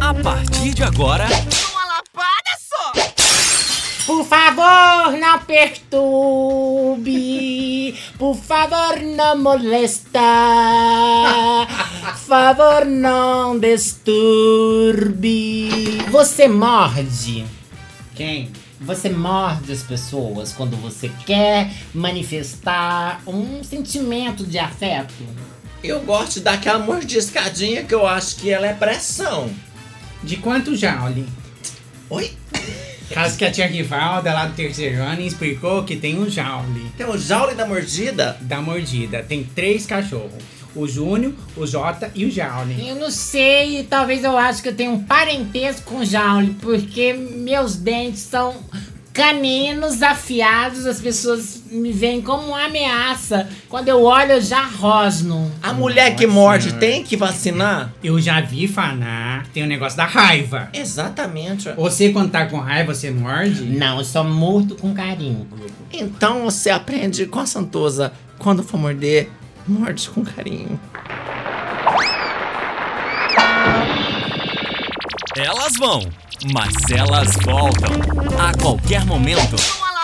A partir de agora, Uma lapada só! Por favor, não perturbe. Por favor, não molesta. Por favor, não disturbe. Você morde. Quem? Você morde as pessoas quando você quer manifestar um sentimento de afeto. Eu gosto daquela mordiscadinha que eu acho que ela é pressão. De quanto Jauli? Oi? Caso que a tia Rivalda lá do terceiro ano explicou que tem um Jauli Tem o jaule da mordida? da mordida. Tem três cachorros. O Júnior, o Jota e o Jauli. Eu não sei, talvez eu acho que eu tenho um parentesco com o Jaule, porque meus dentes são caninos afiados, as pessoas me veem como uma ameaça. Quando eu olho, eu já rosno. A mulher que Nossa morde Senhora. tem que vacinar? Eu já vi falar, tem o negócio da raiva. Exatamente. Você quando tá com raiva, você morde? Não, eu só morto com carinho. Então você aprende com a Santosa. Quando for morder, morde com carinho. elas vão, mas elas voltam. A qualquer momento. Uma